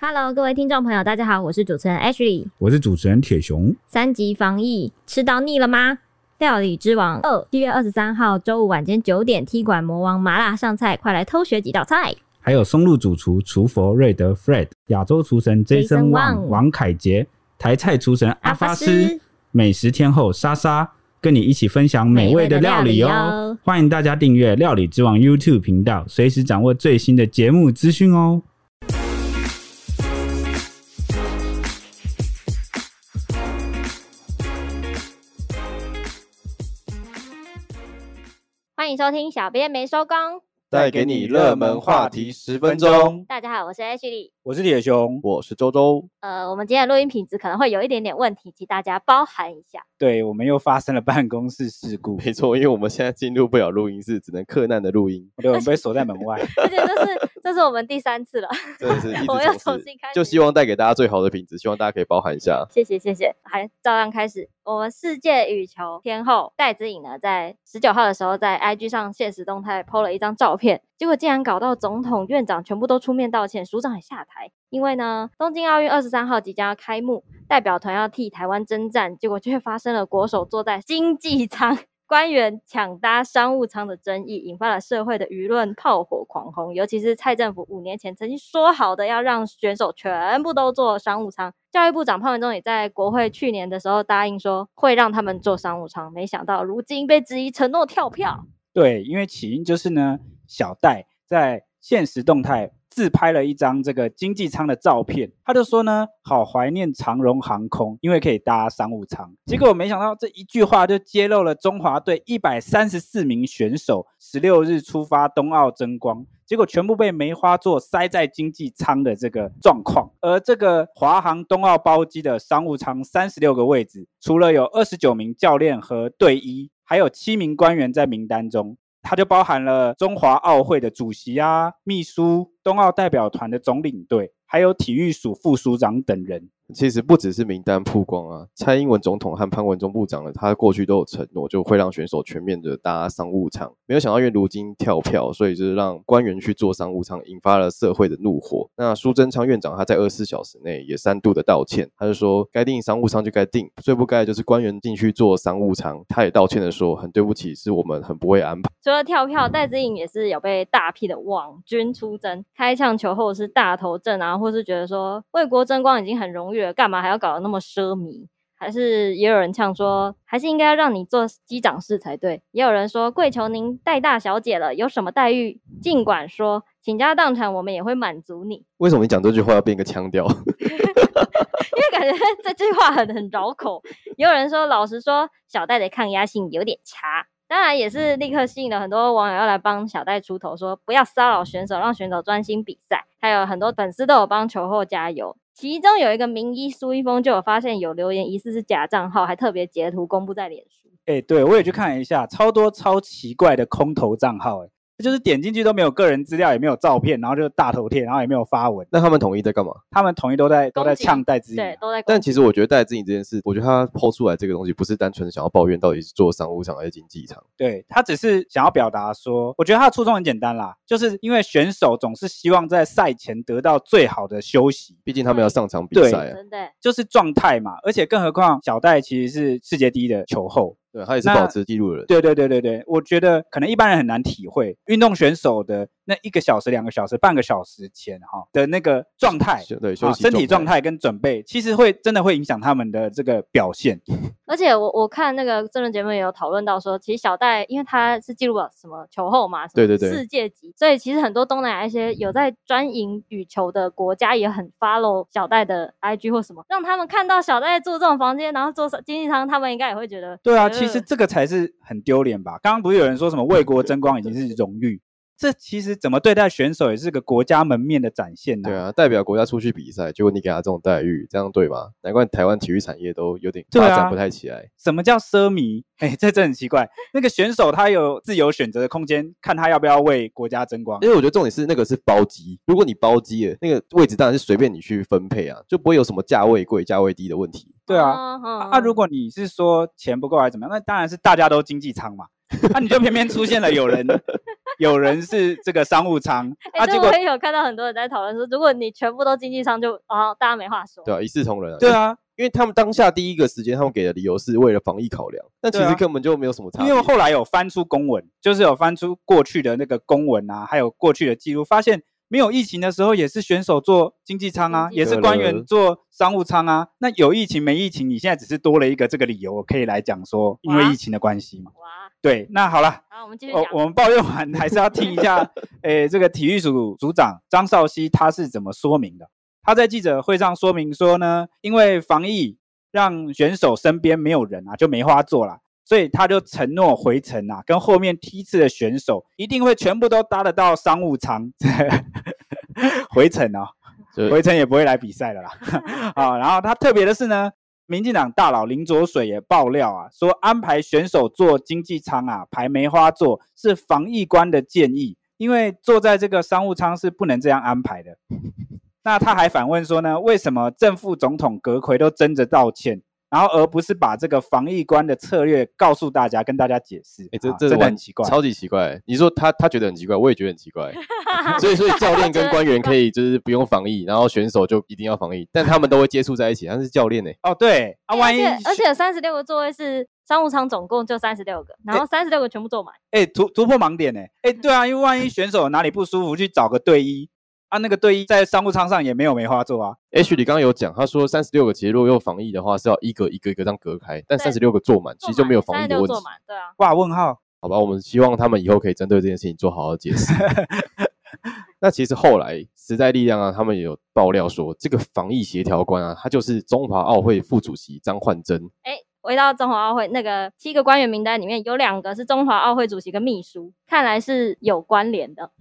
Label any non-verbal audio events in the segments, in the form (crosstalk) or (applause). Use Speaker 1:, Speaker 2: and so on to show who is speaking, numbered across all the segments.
Speaker 1: Hello，各位听众朋友，大家好，我是主持人 Ashley。
Speaker 2: 我是主持人铁熊，
Speaker 1: 三级防疫吃到腻了吗？料理之王二，七月二十三号周五晚间九点，踢馆魔王麻辣上菜，快来偷学几道菜。
Speaker 2: 还有松露主厨厨佛瑞德 Fred、亚洲厨神 Jason
Speaker 1: Jason
Speaker 2: Wang、
Speaker 1: Wang
Speaker 2: 王凯杰、台菜厨神阿发斯、，美食天后莎莎，跟你一起分享美味的料理
Speaker 1: 美味的料理
Speaker 2: 哦
Speaker 1: 哦！
Speaker 2: 欢迎大家订阅《料理之王》YouTube 频道，随时掌握最新的节目资讯哦。
Speaker 1: 欢迎收听《小编没收工》。
Speaker 3: 带给你热门话题十分钟。
Speaker 1: 大家好，我是 Ashley。
Speaker 4: 我是铁熊。
Speaker 3: 我是周周，
Speaker 1: 呃，我们今天的录音品质可能会有一点点问题，请大家包涵一下。
Speaker 4: 对，我们又发生了办公室事故，
Speaker 3: 没错，因为我们现在进入不了录音室，只能克难的录音，
Speaker 4: 对，我们被锁在门外。
Speaker 1: 而且这是这是我们第三次了，(laughs)
Speaker 3: 真的是 (laughs) 一
Speaker 1: 我要重
Speaker 3: 直从事。
Speaker 1: 新开始。
Speaker 3: 就希望带给大家最好的品质，希望大家可以包含一下。
Speaker 1: 谢谢谢谢，还照样开始。我们世界羽球天后戴资颖呢，在十九号的时候在 IG 上现实动态 PO 了一张照片，结果竟然搞到总统、院长全部都出面道歉，署长也下台。因为呢，东京奥运二十三号即将要开幕，代表团要替台湾征战，结果却发生了国手坐在经济舱。官员抢搭商务舱的争议，引发了社会的舆论炮火狂轰。尤其是蔡政府五年前曾经说好的要让选手全部都坐商务舱，教育部长潘文忠也在国会去年的时候答应说会让他们坐商务舱，没想到如今被质疑承诺跳票。
Speaker 4: 对，因为起因就是呢，小戴在现实动态自拍了一张这个经济舱的照片，他就说呢，好怀念长荣航空，因为可以搭商务舱。结果没想到这一句话就揭露了中华队一百三十四名选手十六日出发冬奥争光。结果全部被梅花座塞在经济舱的这个状况，而这个华航冬奥包机的商务舱三十六个位置，除了有二十九名教练和队医，还有七名官员在名单中，它就包含了中华奥会的主席啊、秘书、冬奥代表团的总领队，还有体育署副署长等人。
Speaker 3: 其实不只是名单曝光啊，蔡英文总统和潘文忠部长呢，他过去都有承诺，就会让选手全面的搭商务舱。没有想到，因为如今跳票，所以就是让官员去坐商务舱，引发了社会的怒火。那苏贞昌院长他在二十四小时内也三度的道歉，他就说该定商务舱就该定，最不该就是官员进去坐商务舱。他也道歉的说，很对不起，是我们很不会安排。
Speaker 1: 除了跳票，戴资颖也是有被大批的网军出征，开呛球后是大头阵啊，或是觉得说为国争光已经很荣誉了，干嘛还要搞得那么奢靡？还是也有人呛说，还是应该让你做机长室才对。也有人说，跪求您戴大小姐了，有什么待遇尽管说，倾家荡产我们也会满足你。
Speaker 3: 为什么你讲这句话要变一个腔调？ (laughs)
Speaker 1: 因为 (laughs) 感觉这句话很很绕口。也有人说，老实说，小戴的抗压性有点差。当然也是立刻吸引了很多网友要来帮小戴出头，说不要骚扰选手，让选手专心比赛。还有很多粉丝都有帮球后加油。其中有一个名医苏一峰就有发现有留言疑似是假账号，还特别截图公布在脸书。
Speaker 4: 哎，对我也去看了一下，超多超奇怪的空头账号，哎，就是点进去都没有个人资料，也没有照片，然后就大头贴，然后也没有发文，
Speaker 3: 那他们统一在干嘛？
Speaker 4: 他们统一都在都
Speaker 1: 攻
Speaker 4: 在
Speaker 1: 击
Speaker 4: 呛戴资颖啊
Speaker 1: 对，都在公
Speaker 3: 但其实我觉得戴志颖这件事，我觉得他抛出来这个东西，不是单纯想要抱怨到底是做商务舱还是经济舱。
Speaker 4: 对他只是想要表达说，我觉得他的初衷很简单啦，就是因为选手总是希望在赛前得到最好的休息，
Speaker 3: 毕竟他们要上场比
Speaker 4: 对
Speaker 3: 赛、啊，
Speaker 1: 真的
Speaker 4: 就是状态嘛。而且更何况小戴其实是世界第一的球后，
Speaker 3: 对他也是
Speaker 4: 那
Speaker 3: 保持纪录的人。
Speaker 4: 对对对对对，我觉得可能一般人很难体会运动选手的那一个小时、两个小时、半个小时前哈、的那个状态。
Speaker 3: 休对，休
Speaker 4: 啊，
Speaker 3: 息
Speaker 4: 身体状，态跟准备，其实会真的会影响他们的这个表现。
Speaker 1: 而且我我看那个政论节目也有讨论到说，其实小戴因为他是记录了什么球后嘛，什么
Speaker 3: 对对对
Speaker 1: 世界级，所以其实很多东南亚一些有在专营羽球的国家也很 follow 小戴的 IG 或什么，让他们看到小戴住这种房间，然后做经济舱，他们应该也会觉得，
Speaker 4: 对啊，其实
Speaker 1: 呃
Speaker 4: 这个才是很丢脸吧？刚刚不是有人说什么为国争光已经是荣誉，这其实怎么对待选手也是个国家门面的展现呐、
Speaker 3: 对啊，代表国家出去比赛，结果你给他这种待遇，这样对吗？难怪台湾体育产业都有点
Speaker 4: 对
Speaker 3: 发
Speaker 4: 啊
Speaker 3: 展不太起来。
Speaker 4: 什么叫奢靡？哎，这真的很奇怪。那个选手他有自由选择的空间，看他要不要为国家争光。
Speaker 3: 因为我觉得重点是那个是包机，如果你包机了，那个位置当然是随便你去分配啊，就不会有什么价位贵、价位低的问题。
Speaker 4: 对啊，
Speaker 1: 嗯
Speaker 4: 啊
Speaker 1: 嗯
Speaker 4: 啊，如果你是啊说钱不够还是怎么样，那当然是大家都经济舱嘛。那、你就偏偏出现了有人有人是这个商务舱
Speaker 1: (laughs) 哎、
Speaker 4: 啊，
Speaker 1: 这
Speaker 4: 结果
Speaker 1: 我也有看到很多人在讨论说，如果你全部都经济舱就，啊，大家没话说。
Speaker 3: 对啊，一视同仁啊。
Speaker 4: 对，啊，
Speaker 3: 因为他们当下第一个时间，他们给的理由是为了防疫考量，但其
Speaker 4: 对
Speaker 3: 实
Speaker 4: 啊
Speaker 3: 根本就没有什么差
Speaker 4: 因
Speaker 3: 别。啊
Speaker 4: 为后来有翻出公文，就是有翻出过去的那个公文啊，还有过去的记录，发现没有疫情的时候也是选手坐经济舱啊，
Speaker 1: 经济
Speaker 4: 也是
Speaker 3: 舱
Speaker 4: 官
Speaker 3: 对
Speaker 4: 员坐商务舱啊。那有疫情没疫情，你现在只是多了一个这个理由，可以来讲说因为
Speaker 1: 哇
Speaker 4: 疫情的关系嘛。
Speaker 1: 哇，
Speaker 4: 对，那好了。
Speaker 1: 好，我们继续
Speaker 4: 我
Speaker 1: 讲。
Speaker 4: 哦我们抱怨完，还是要听一
Speaker 1: (laughs)
Speaker 4: 下，诶，这个体育署署长张少熙他是怎么说明的？他在记者会上说明说呢，因为防疫让选手身边没有人啊，就没话做啦，所以他就承诺回程啊，跟后面梯次的选手一定会全部都搭得到商务舱 (laughs) 回程哦。
Speaker 3: 对
Speaker 4: 回程也不会来比赛
Speaker 3: (laughs)
Speaker 4: 了啦。啊，然后他特别的是呢，民进党大佬林卓水也爆料啊，说安排选手坐经济舱啊，排梅花座是防疫官的建议，因为坐在这个商务舱是不能这样安排的。 (laughs) 那他还反问说呢，为什么正副总统阁魁都争着道歉，然后而不是把这个防疫官的策略告诉大家，跟大家解释？
Speaker 3: 哎，这
Speaker 4: 啊
Speaker 3: 这
Speaker 4: 真的
Speaker 3: 完
Speaker 4: 很奇怪。
Speaker 3: 超级奇怪。你说他他觉得很奇怪，我也觉得很奇
Speaker 1: (laughs)
Speaker 3: 怪。
Speaker 4: 哦
Speaker 3: 所以所以教练跟官员可以就是不用防疫，然后选手就一定要防疫，但他们都会接触在一起。但是教练呢、欸
Speaker 4: 哦，对啊，
Speaker 1: 哎
Speaker 4: 万一
Speaker 1: 而且而且三十六个座位是商务舱，总共就三十六个，然后三十六个全部坐满。
Speaker 4: 哎、突突破盲点呢、哎、对啊，因为万一选手哪里不舒服，去找个队医啊，那个队医在商务舱上也没有梅花座啊。
Speaker 3: H 你刚刚有讲，他说三十六个，其实如果用防疫的话是要一个一个一个这样隔开，但
Speaker 1: 对
Speaker 3: 三十六个坐满，其实就没有防疫的
Speaker 1: 坐
Speaker 3: 问
Speaker 1: 满36
Speaker 3: 题
Speaker 1: 坐。满，对啊，
Speaker 4: 哇，问号，
Speaker 3: 好吧，我们希望他们以后可以针对这件事情做好好解
Speaker 4: (laughs)
Speaker 3: 释。那其实后来时代力量啊，他们也有爆料说，这个防疫协调官啊，他就是中华奥会副主席张焕珍。
Speaker 1: 哎，回到中华奥会那个七个官员名单里面，有两个是中华奥会主席跟秘书，看来是有关联的。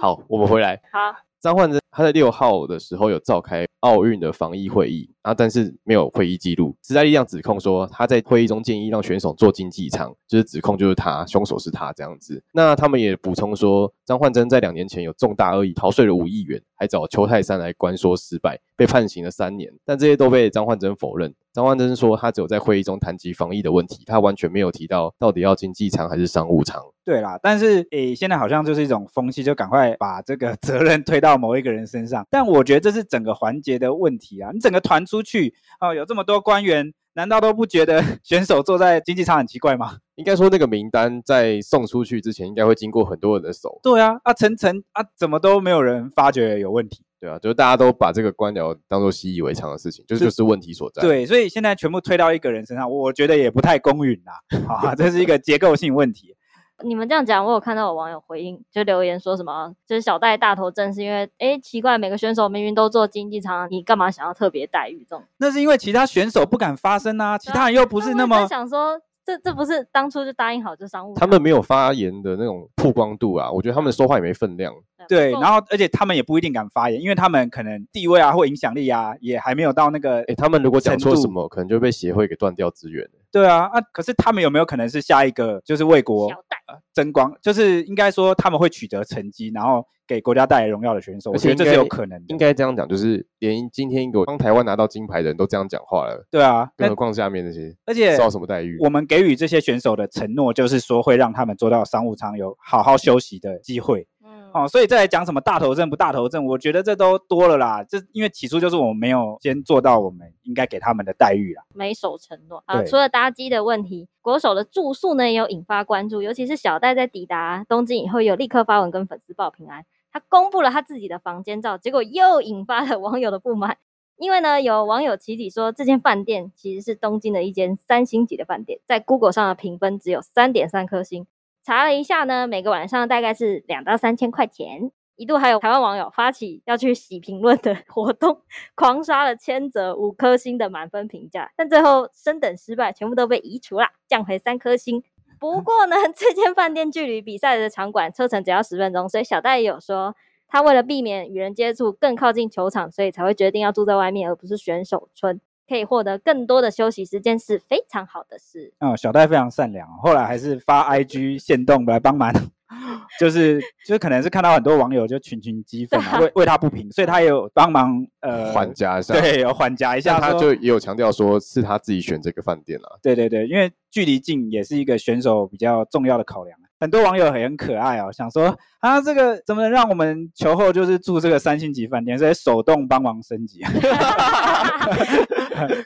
Speaker 3: 好，我们回来，
Speaker 1: 好，
Speaker 3: 张焕珍他在六号的时候有召开奥运的防疫会议啊，但是没有会议记录。时代力量指控说他在会议中建议让选手做经济舱，就是指控就是他，凶手是他这样子。那他们也补充说，张焕珍在两年前有重大恶意逃税了五亿元，还找邱泰山来关说失败，被判刑了三年，但这些都被张焕珍否认。张焕珍说，他只有在会议中谈及防疫的问题，他完全没有提到到底要经济舱还是商务舱。
Speaker 4: 对啦，但是诶，现在好像就是一种风气，就赶快把这个 (laughs) 责任推到某一个人身上。但我觉得这是整个环节的问题啊！你整个团出去哦，有这么多官员，难道都不觉得 (laughs) 选手坐在经济舱很奇怪吗？
Speaker 3: 应该说，那个名单在送出去之前，应该会经过很多人的手。
Speaker 4: 对啊，啊层层啊，怎么都没有人发觉有问题？
Speaker 3: 对啊，就是大家都把这个官僚当做习以为常的事情，就是
Speaker 4: 就
Speaker 3: 就是问题所在。，
Speaker 4: 对，所以现在全部推到一个人身上，我觉得也不太公允啦。 (laughs) 啊，这是一个结构性问题。啊
Speaker 1: 你们这样讲，我有看到有网友回应，就留言说什么，就是小戴大头症是因为，哎，奇怪，每个选手明明都做经济舱，你干嘛想要特别待遇这种？
Speaker 4: 那是因为其他选手不敢发声啊，其他人又不是
Speaker 1: 我
Speaker 4: 那
Speaker 1: 也
Speaker 4: 么
Speaker 1: 在想说，这这不是当初就答应好就商务舱？
Speaker 3: 他们没有发言的那种曝光度啊，我觉得他们说话也没分量。
Speaker 4: 对，然
Speaker 1: 后
Speaker 4: 后而且他们也不一定敢发言，因为他们可能地位啊或影响力啊也还没有到那个
Speaker 3: 诶，他们如果讲错
Speaker 4: 程度
Speaker 3: 什么，可能就被协会给断掉资源。
Speaker 4: 对啊啊，可是他们有没有可能是下一个就是为国
Speaker 1: 小戴，
Speaker 4: 呃争光，就是应该说他们会取得成绩，然后给国家带来荣耀的选手，我
Speaker 3: 而
Speaker 4: 觉得
Speaker 3: 且应该
Speaker 4: 这是有可能的。
Speaker 3: 应该这样讲，就是连今天一个帮台湾拿到金牌的人都这样讲话了，
Speaker 4: 对啊，
Speaker 3: 更
Speaker 4: 那
Speaker 3: 何况下面那些
Speaker 4: 而且
Speaker 3: 受到什么待遇？
Speaker 4: 我们给予这些选手的承诺就是说会让他们坐到商务舱有好好休息的机会。
Speaker 1: 嗯，
Speaker 4: 哦，所以再来讲什么大头症不大头症，我觉得这都多了啦。这因为起初就是我们没有先做到我们应该给他们的待遇啦。
Speaker 1: 没守承诺啊。
Speaker 4: 对
Speaker 1: 除了搭机的问题，国手的住宿呢也有引发关注，尤其是小戴在抵达东京以后，有立刻发文跟粉丝报平安。他公布了他自己的房间照，结果又引发了网友的不满。因为呢，有网友起底说，这间饭店其实是东京的一间三星级的饭店，在 Google 上的评分只有三点三颗星。查了一下呢，每个晚上大概是两到三千块钱。一度还有台湾网友发起要去洗评论的 (laughs) 活动，狂刷了千则五颗星的满分评价，但最后升等失败，全部都被移除啦，降回三颗星。
Speaker 4: 嗯
Speaker 1: 不过呢， (laughs) 这间饭店距离比赛的场馆车程只要十分钟，所以小戴也有说，他为了避免与人接触，更靠近球场，所以才会决定要住在外面，而不是选手村，可以获得更多的休息时间是非常好的事。
Speaker 4: 嗯，小戴非常善良，后来还是发 IG 限动来帮忙， (laughs) 就是就是可能是看到很多网友就群群激愤、
Speaker 3: (laughs)
Speaker 4: 啊，为为他不平，所以他也有帮忙呃
Speaker 3: 缓加一下，
Speaker 4: 对，有缓夹一下
Speaker 3: 但他
Speaker 4: 说
Speaker 3: 就也有强调说是他自己选这个饭店啦。
Speaker 4: 对对对，因为距离近也是一个选手比较重要的考量啊。很多网友也很可爱哦，想说啊，这个怎么能让我们球后就是住这个三星级饭店，所以手动帮忙
Speaker 1: (laughs)
Speaker 4: 升级，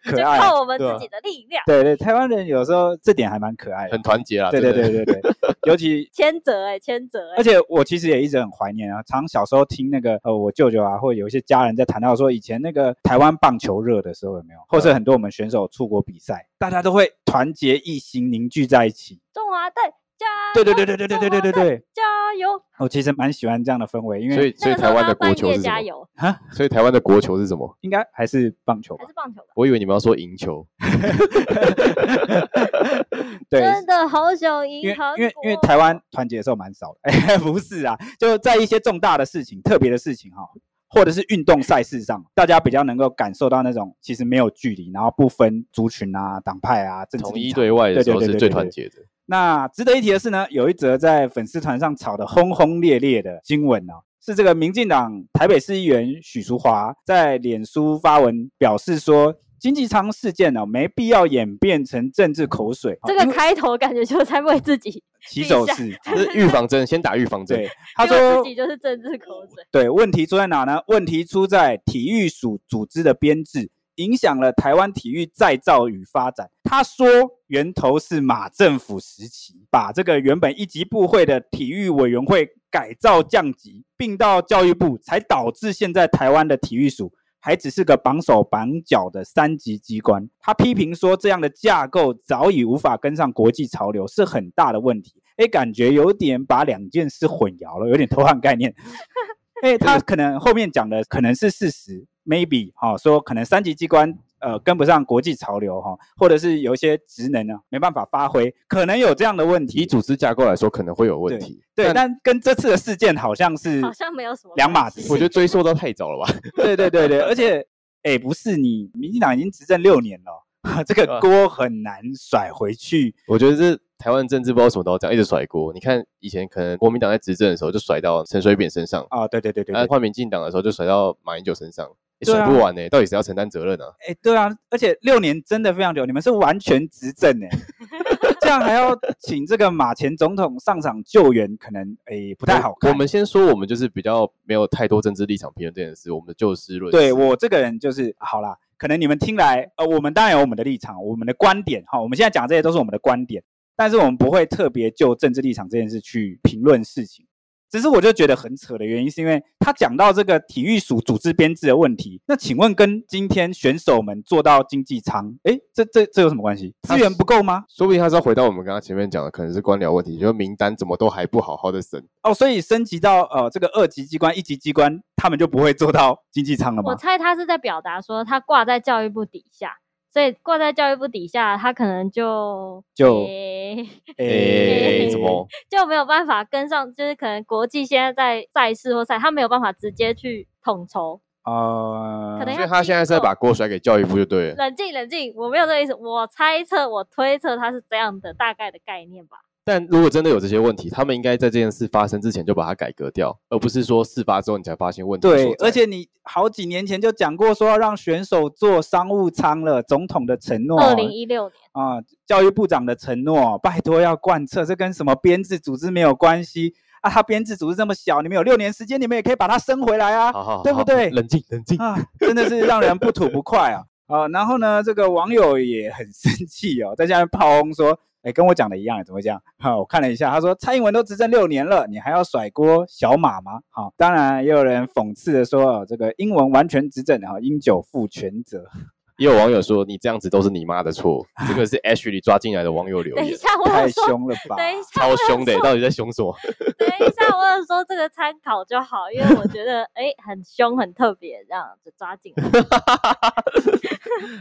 Speaker 4: 可
Speaker 1: 就
Speaker 4: 爱哦。
Speaker 1: 靠我们
Speaker 3: 对啊
Speaker 1: 自己的力量，
Speaker 4: 对对，台湾人有时候这点还蛮可爱的
Speaker 3: 很。团结啦。
Speaker 4: 对对
Speaker 3: 真
Speaker 4: 对
Speaker 3: 的
Speaker 1: (laughs)
Speaker 4: 对对，尤其
Speaker 1: 千责哎，千责哎，
Speaker 4: 而且我其实也一直很怀念啊，常小时候听那个呃，我舅舅啊，或者有一些家人在谈到说以前那个台湾棒球热的时候，有没有，或
Speaker 3: 嗯
Speaker 4: 是很多我们选手出国比赛，大家都会团结一心，凝聚在一起。
Speaker 1: 中华队加油，
Speaker 4: 对对对对对对对对对对，
Speaker 1: 加油！
Speaker 4: 我其实蛮喜欢这样的氛围，因
Speaker 3: 所
Speaker 4: 为
Speaker 3: 以所以
Speaker 1: 那个时候
Speaker 3: 台
Speaker 1: 都
Speaker 3: 湾的
Speaker 1: 要
Speaker 3: 国
Speaker 1: 半
Speaker 3: 球
Speaker 1: 夜
Speaker 3: 是什
Speaker 1: 加
Speaker 3: 么？
Speaker 1: 油，
Speaker 3: 所以台湾的国球是什么？
Speaker 4: 应该还是棒球吧
Speaker 1: 还。是棒球吧？
Speaker 3: 我以为你们要说赢球，
Speaker 4: 对，
Speaker 1: 真的好想
Speaker 4: 因
Speaker 1: 赢
Speaker 4: 为
Speaker 1: 韩国，
Speaker 4: 因为因为台湾团结的时候蛮少的， (laughs) 哎，不是啊，就在一些重大的事情、特别的事情哈、或者是运动赛事上，大家比较能够感受到那种其实没有距离，然后不分族群啊、党派啊、政治
Speaker 3: 统
Speaker 4: 立
Speaker 3: 一
Speaker 4: 场
Speaker 3: 对外的时候
Speaker 4: 对对
Speaker 3: 是
Speaker 4: 对
Speaker 3: 最
Speaker 4: 对
Speaker 3: 团
Speaker 4: 对
Speaker 3: 结的。
Speaker 4: 那值得一提的是呢，有一则在粉丝团上吵得轰轰烈烈的新闻哦，是这个民进党台北市议员许淑华在脸书发文表示说，经济舱事件呢、哦没必要演变成政治口水，哦
Speaker 1: 这
Speaker 4: 因
Speaker 1: 个
Speaker 4: 为
Speaker 1: 开头感觉就是在为自己，
Speaker 4: 起手
Speaker 1: (laughs)
Speaker 4: 式。
Speaker 3: 这是预防针，先打预防针
Speaker 4: 对。，他
Speaker 1: 因为
Speaker 4: 说
Speaker 1: 自己就是政治口水，
Speaker 4: 对，问题出在哪呢？问题出在体育署组织的编制，影响了台湾体育再造与发展。他说，源头是马政府时期，把这个原本一级部会的体育委员会改造降级，并到教育部，才导致现在台湾的体育署。还只是个绑手绑脚的三级机关，他批评说这样的架构早已无法跟上国际潮流，是很大的问题。哎，感觉有点把两件事混淆了，有点偷换概念。 (laughs) 因为他可能后面讲的可能是事实，maybe 哈、哦，说可能三级机关呃跟不上国际潮流哈、或者是有一些职能呢没办法发挥，可能有这样的问
Speaker 3: 以
Speaker 4: 题。
Speaker 3: 组织架构来说，可能会有问题。
Speaker 4: 对，但跟这次的事件好像是
Speaker 1: 好像没有什么
Speaker 4: 两码
Speaker 1: 关
Speaker 4: 子
Speaker 1: 系
Speaker 4: 事。
Speaker 3: 我觉得追溯到太早了吧？ (laughs)
Speaker 4: 对对对对，而且哎，不是你，民进党已经执政六年了。这
Speaker 3: 对
Speaker 4: 个
Speaker 3: 啊
Speaker 4: 锅很难甩回去，
Speaker 3: 我觉得这台湾政治不知道为什么都要这样，一直甩锅。你看以前可能国民党在执政的时候就甩到陈水扁身上，
Speaker 4: 哦，对对对对对
Speaker 3: 然后换民进党的时候就甩到马英九身上，也
Speaker 4: 对啊
Speaker 3: 甩不完呢。欸到底谁要承担责任呢？
Speaker 4: 哎、对啊，而且六年真的非常久，你们是完全执政
Speaker 3: (laughs)
Speaker 4: 哎、这样还要请这个马前总统上场救援，可能哎、不太好
Speaker 3: 我
Speaker 4: 看。
Speaker 3: 我们先说，我们就是比较没有太多政治立场评论这件事，我们就事论事。
Speaker 4: 对我这个人就是好啦，可能你们听来，呃，我们当然有我们的立场，我们的观点哈，我们现在讲这些都是我们的观点，但是我们不会特别就政治立场这件事去评论事情。只是我就觉得很扯的原因，是因为他讲到这个体育署组织编制的问题，那请问跟今天选手们做到经济舱，哎，这这这有什么关
Speaker 3: (laughs)
Speaker 4: 系？资源不够吗？
Speaker 3: 说不定他是要回到我们刚刚前面讲的，可能是官僚问题，就是名单怎么都还不好好的审。
Speaker 4: 哦，所以升级到呃这个二级机关、一级机关，他们就不会做到经济舱了
Speaker 1: 我
Speaker 4: 吗？
Speaker 1: 猜他是在表达说他挂在教育部底下，所以挂在教育部底下，他可能就
Speaker 4: 就
Speaker 1: 诶 (laughs)
Speaker 4: 哎
Speaker 3: 诶、
Speaker 1: 诶
Speaker 3: 哎怎么？
Speaker 1: 就没有办法跟上，就是可能国际现在在赛事或赛，他没有办法直接去统筹，
Speaker 4: 呃，
Speaker 1: 可能要
Speaker 3: 所以他现在是在把锅甩给教育部就对了。
Speaker 1: 冷静冷静，我没有这个意思，我猜测我推测他是这样的大概的概念吧。
Speaker 3: 但如果真的有这些问题，他们应该在这件事发生之前就把它改革掉，而不是说事发之后你才发现问题所在。
Speaker 4: 对，而且你好几年前就讲过说要让选手做商务舱了，总统的承诺，
Speaker 1: 二零一六年，
Speaker 4: 啊、教育部长的承诺，拜托要贯彻，这跟什么编制组织没有关系啊！他编制组织这么小，你们有六年时间，你们也可以把它升回来啊，
Speaker 3: 好好好，
Speaker 4: 对不对？
Speaker 3: 冷静冷静。
Speaker 4: (laughs) 啊，真的是让人不吐不快啊！啊，然后呢，这个网友也很生气哦，在下面炮轰说：“哎，跟我讲的一样，怎么会这样？”哈、我看了一下，他说：“蔡英文都执政六年了，你还要甩锅小马吗？”好、当然也有人讽刺的说：“哦，这个英文完全执政，哈、英九负全责。
Speaker 3: 也有网友说你这样子都是你妈
Speaker 4: (laughs)
Speaker 3: 的错，这个是 Ashley 抓进来的网友留
Speaker 1: 等一
Speaker 3: 言，
Speaker 1: 下”我
Speaker 4: 太
Speaker 1: 有说，
Speaker 4: 凶了吧！
Speaker 1: 等一下
Speaker 3: 超凶的、
Speaker 4: (laughs)
Speaker 3: 到底在凶什么？ (laughs)
Speaker 1: 等一下我有说这个参考就好，因为我觉得哎、很凶很特别，这样就抓紧
Speaker 3: (laughs)
Speaker 1: 了。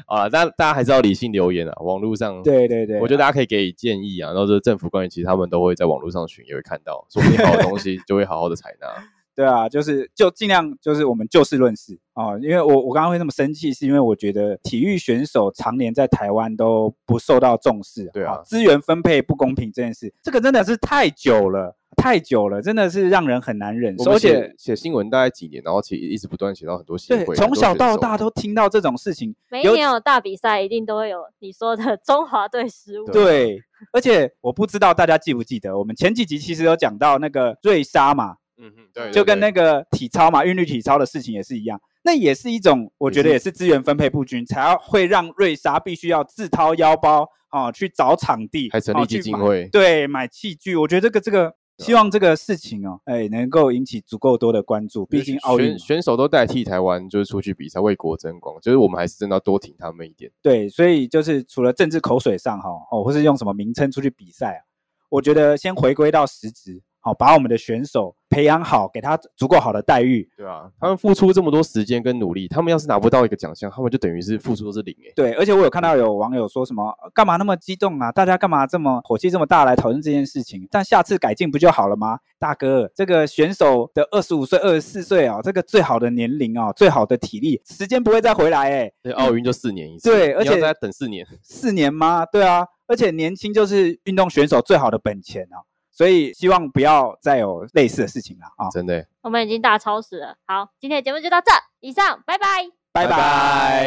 Speaker 3: 好了，大家大家还是要理性留言啊，网络上。
Speaker 4: 对对对，啊
Speaker 3: 我觉得大家可以给予建议啊，然后这政府官员其实他们都会在网络上寻，也会看到，说不定好的东西就会好好的
Speaker 4: (laughs)
Speaker 3: 采纳。
Speaker 4: 对啊，就是就尽量就是我们就事论事哦，因为我我刚刚会那么生气，是因为我觉得体育选手常年在台湾都不受到重视，
Speaker 3: 对啊
Speaker 4: 哦资源分配不公平这件事，这个真的是太久了，太久了，真的是让人很难忍
Speaker 3: 我
Speaker 4: 受，
Speaker 3: 们
Speaker 4: 而
Speaker 3: 写
Speaker 4: 且
Speaker 3: 写新闻大概几年，然后其实一直不断写到很多新
Speaker 4: 对
Speaker 3: 闻，很
Speaker 4: 从
Speaker 3: 多
Speaker 4: 小
Speaker 3: 选
Speaker 4: 到
Speaker 3: 手啊
Speaker 4: 大都听到这种事情，
Speaker 1: 每一 (laughs)
Speaker 4: 尤
Speaker 1: 年有大比赛，一定都会有你说的中华队失误。
Speaker 4: 对，而且我不知道大家记不记得，我们前几集其实有讲到那个瑞莎嘛，
Speaker 3: 嗯哼，对，
Speaker 4: 就跟那
Speaker 3: 个
Speaker 4: 个体操嘛，韵律体操的事情也是一样。那也是一种，我觉得也是资源分配不均，才要会让瑞莎必须要自掏腰包啊、去找场地，
Speaker 3: 还成立
Speaker 4: 哦去
Speaker 3: 基金
Speaker 4: 买
Speaker 3: 会
Speaker 4: 对，买器具。我觉得这个这个，希望这个事情哦，哎，能够引起足够多的关注。毕竟奥运
Speaker 3: 选
Speaker 4: 嘛，
Speaker 3: 选手都代替台湾，就是出去比赛为国争光，就是我们还是真的要多挺他们一点。
Speaker 4: 对，所以就是除了政治口水上哈，哦，或是用什么名称出去比赛啊，我觉得先回归到实质，好、把我们的选手培养好，给他足够好的待遇。
Speaker 3: 对啊，他们付出这么多时间跟努力，他们要是拿不到一个奖项，他们就等于是付出都是零哎、
Speaker 4: 对，而且我有看到有网友说什么，呃干嘛那么激动啊？大家干嘛这么火气这么大来讨论这件事情？但下次改进不就好了吗？大哥，这个选手的二十五岁、二十四岁哦，这个最好的年龄哦，最好的体力，时间不会再回来哎，
Speaker 3: 那奥运就四年一次，
Speaker 4: 对
Speaker 3: 你
Speaker 4: 而且
Speaker 3: 要再等四年，
Speaker 4: 四年吗？对啊，而且年轻就是运动选手最好的本钱啊，所以希望不要再有类似的事情了啊！
Speaker 3: 真的欸、
Speaker 1: 我们已经大超时了。好，今天的节目就到这，以上，拜拜。
Speaker 4: 拜拜。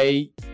Speaker 3: 拜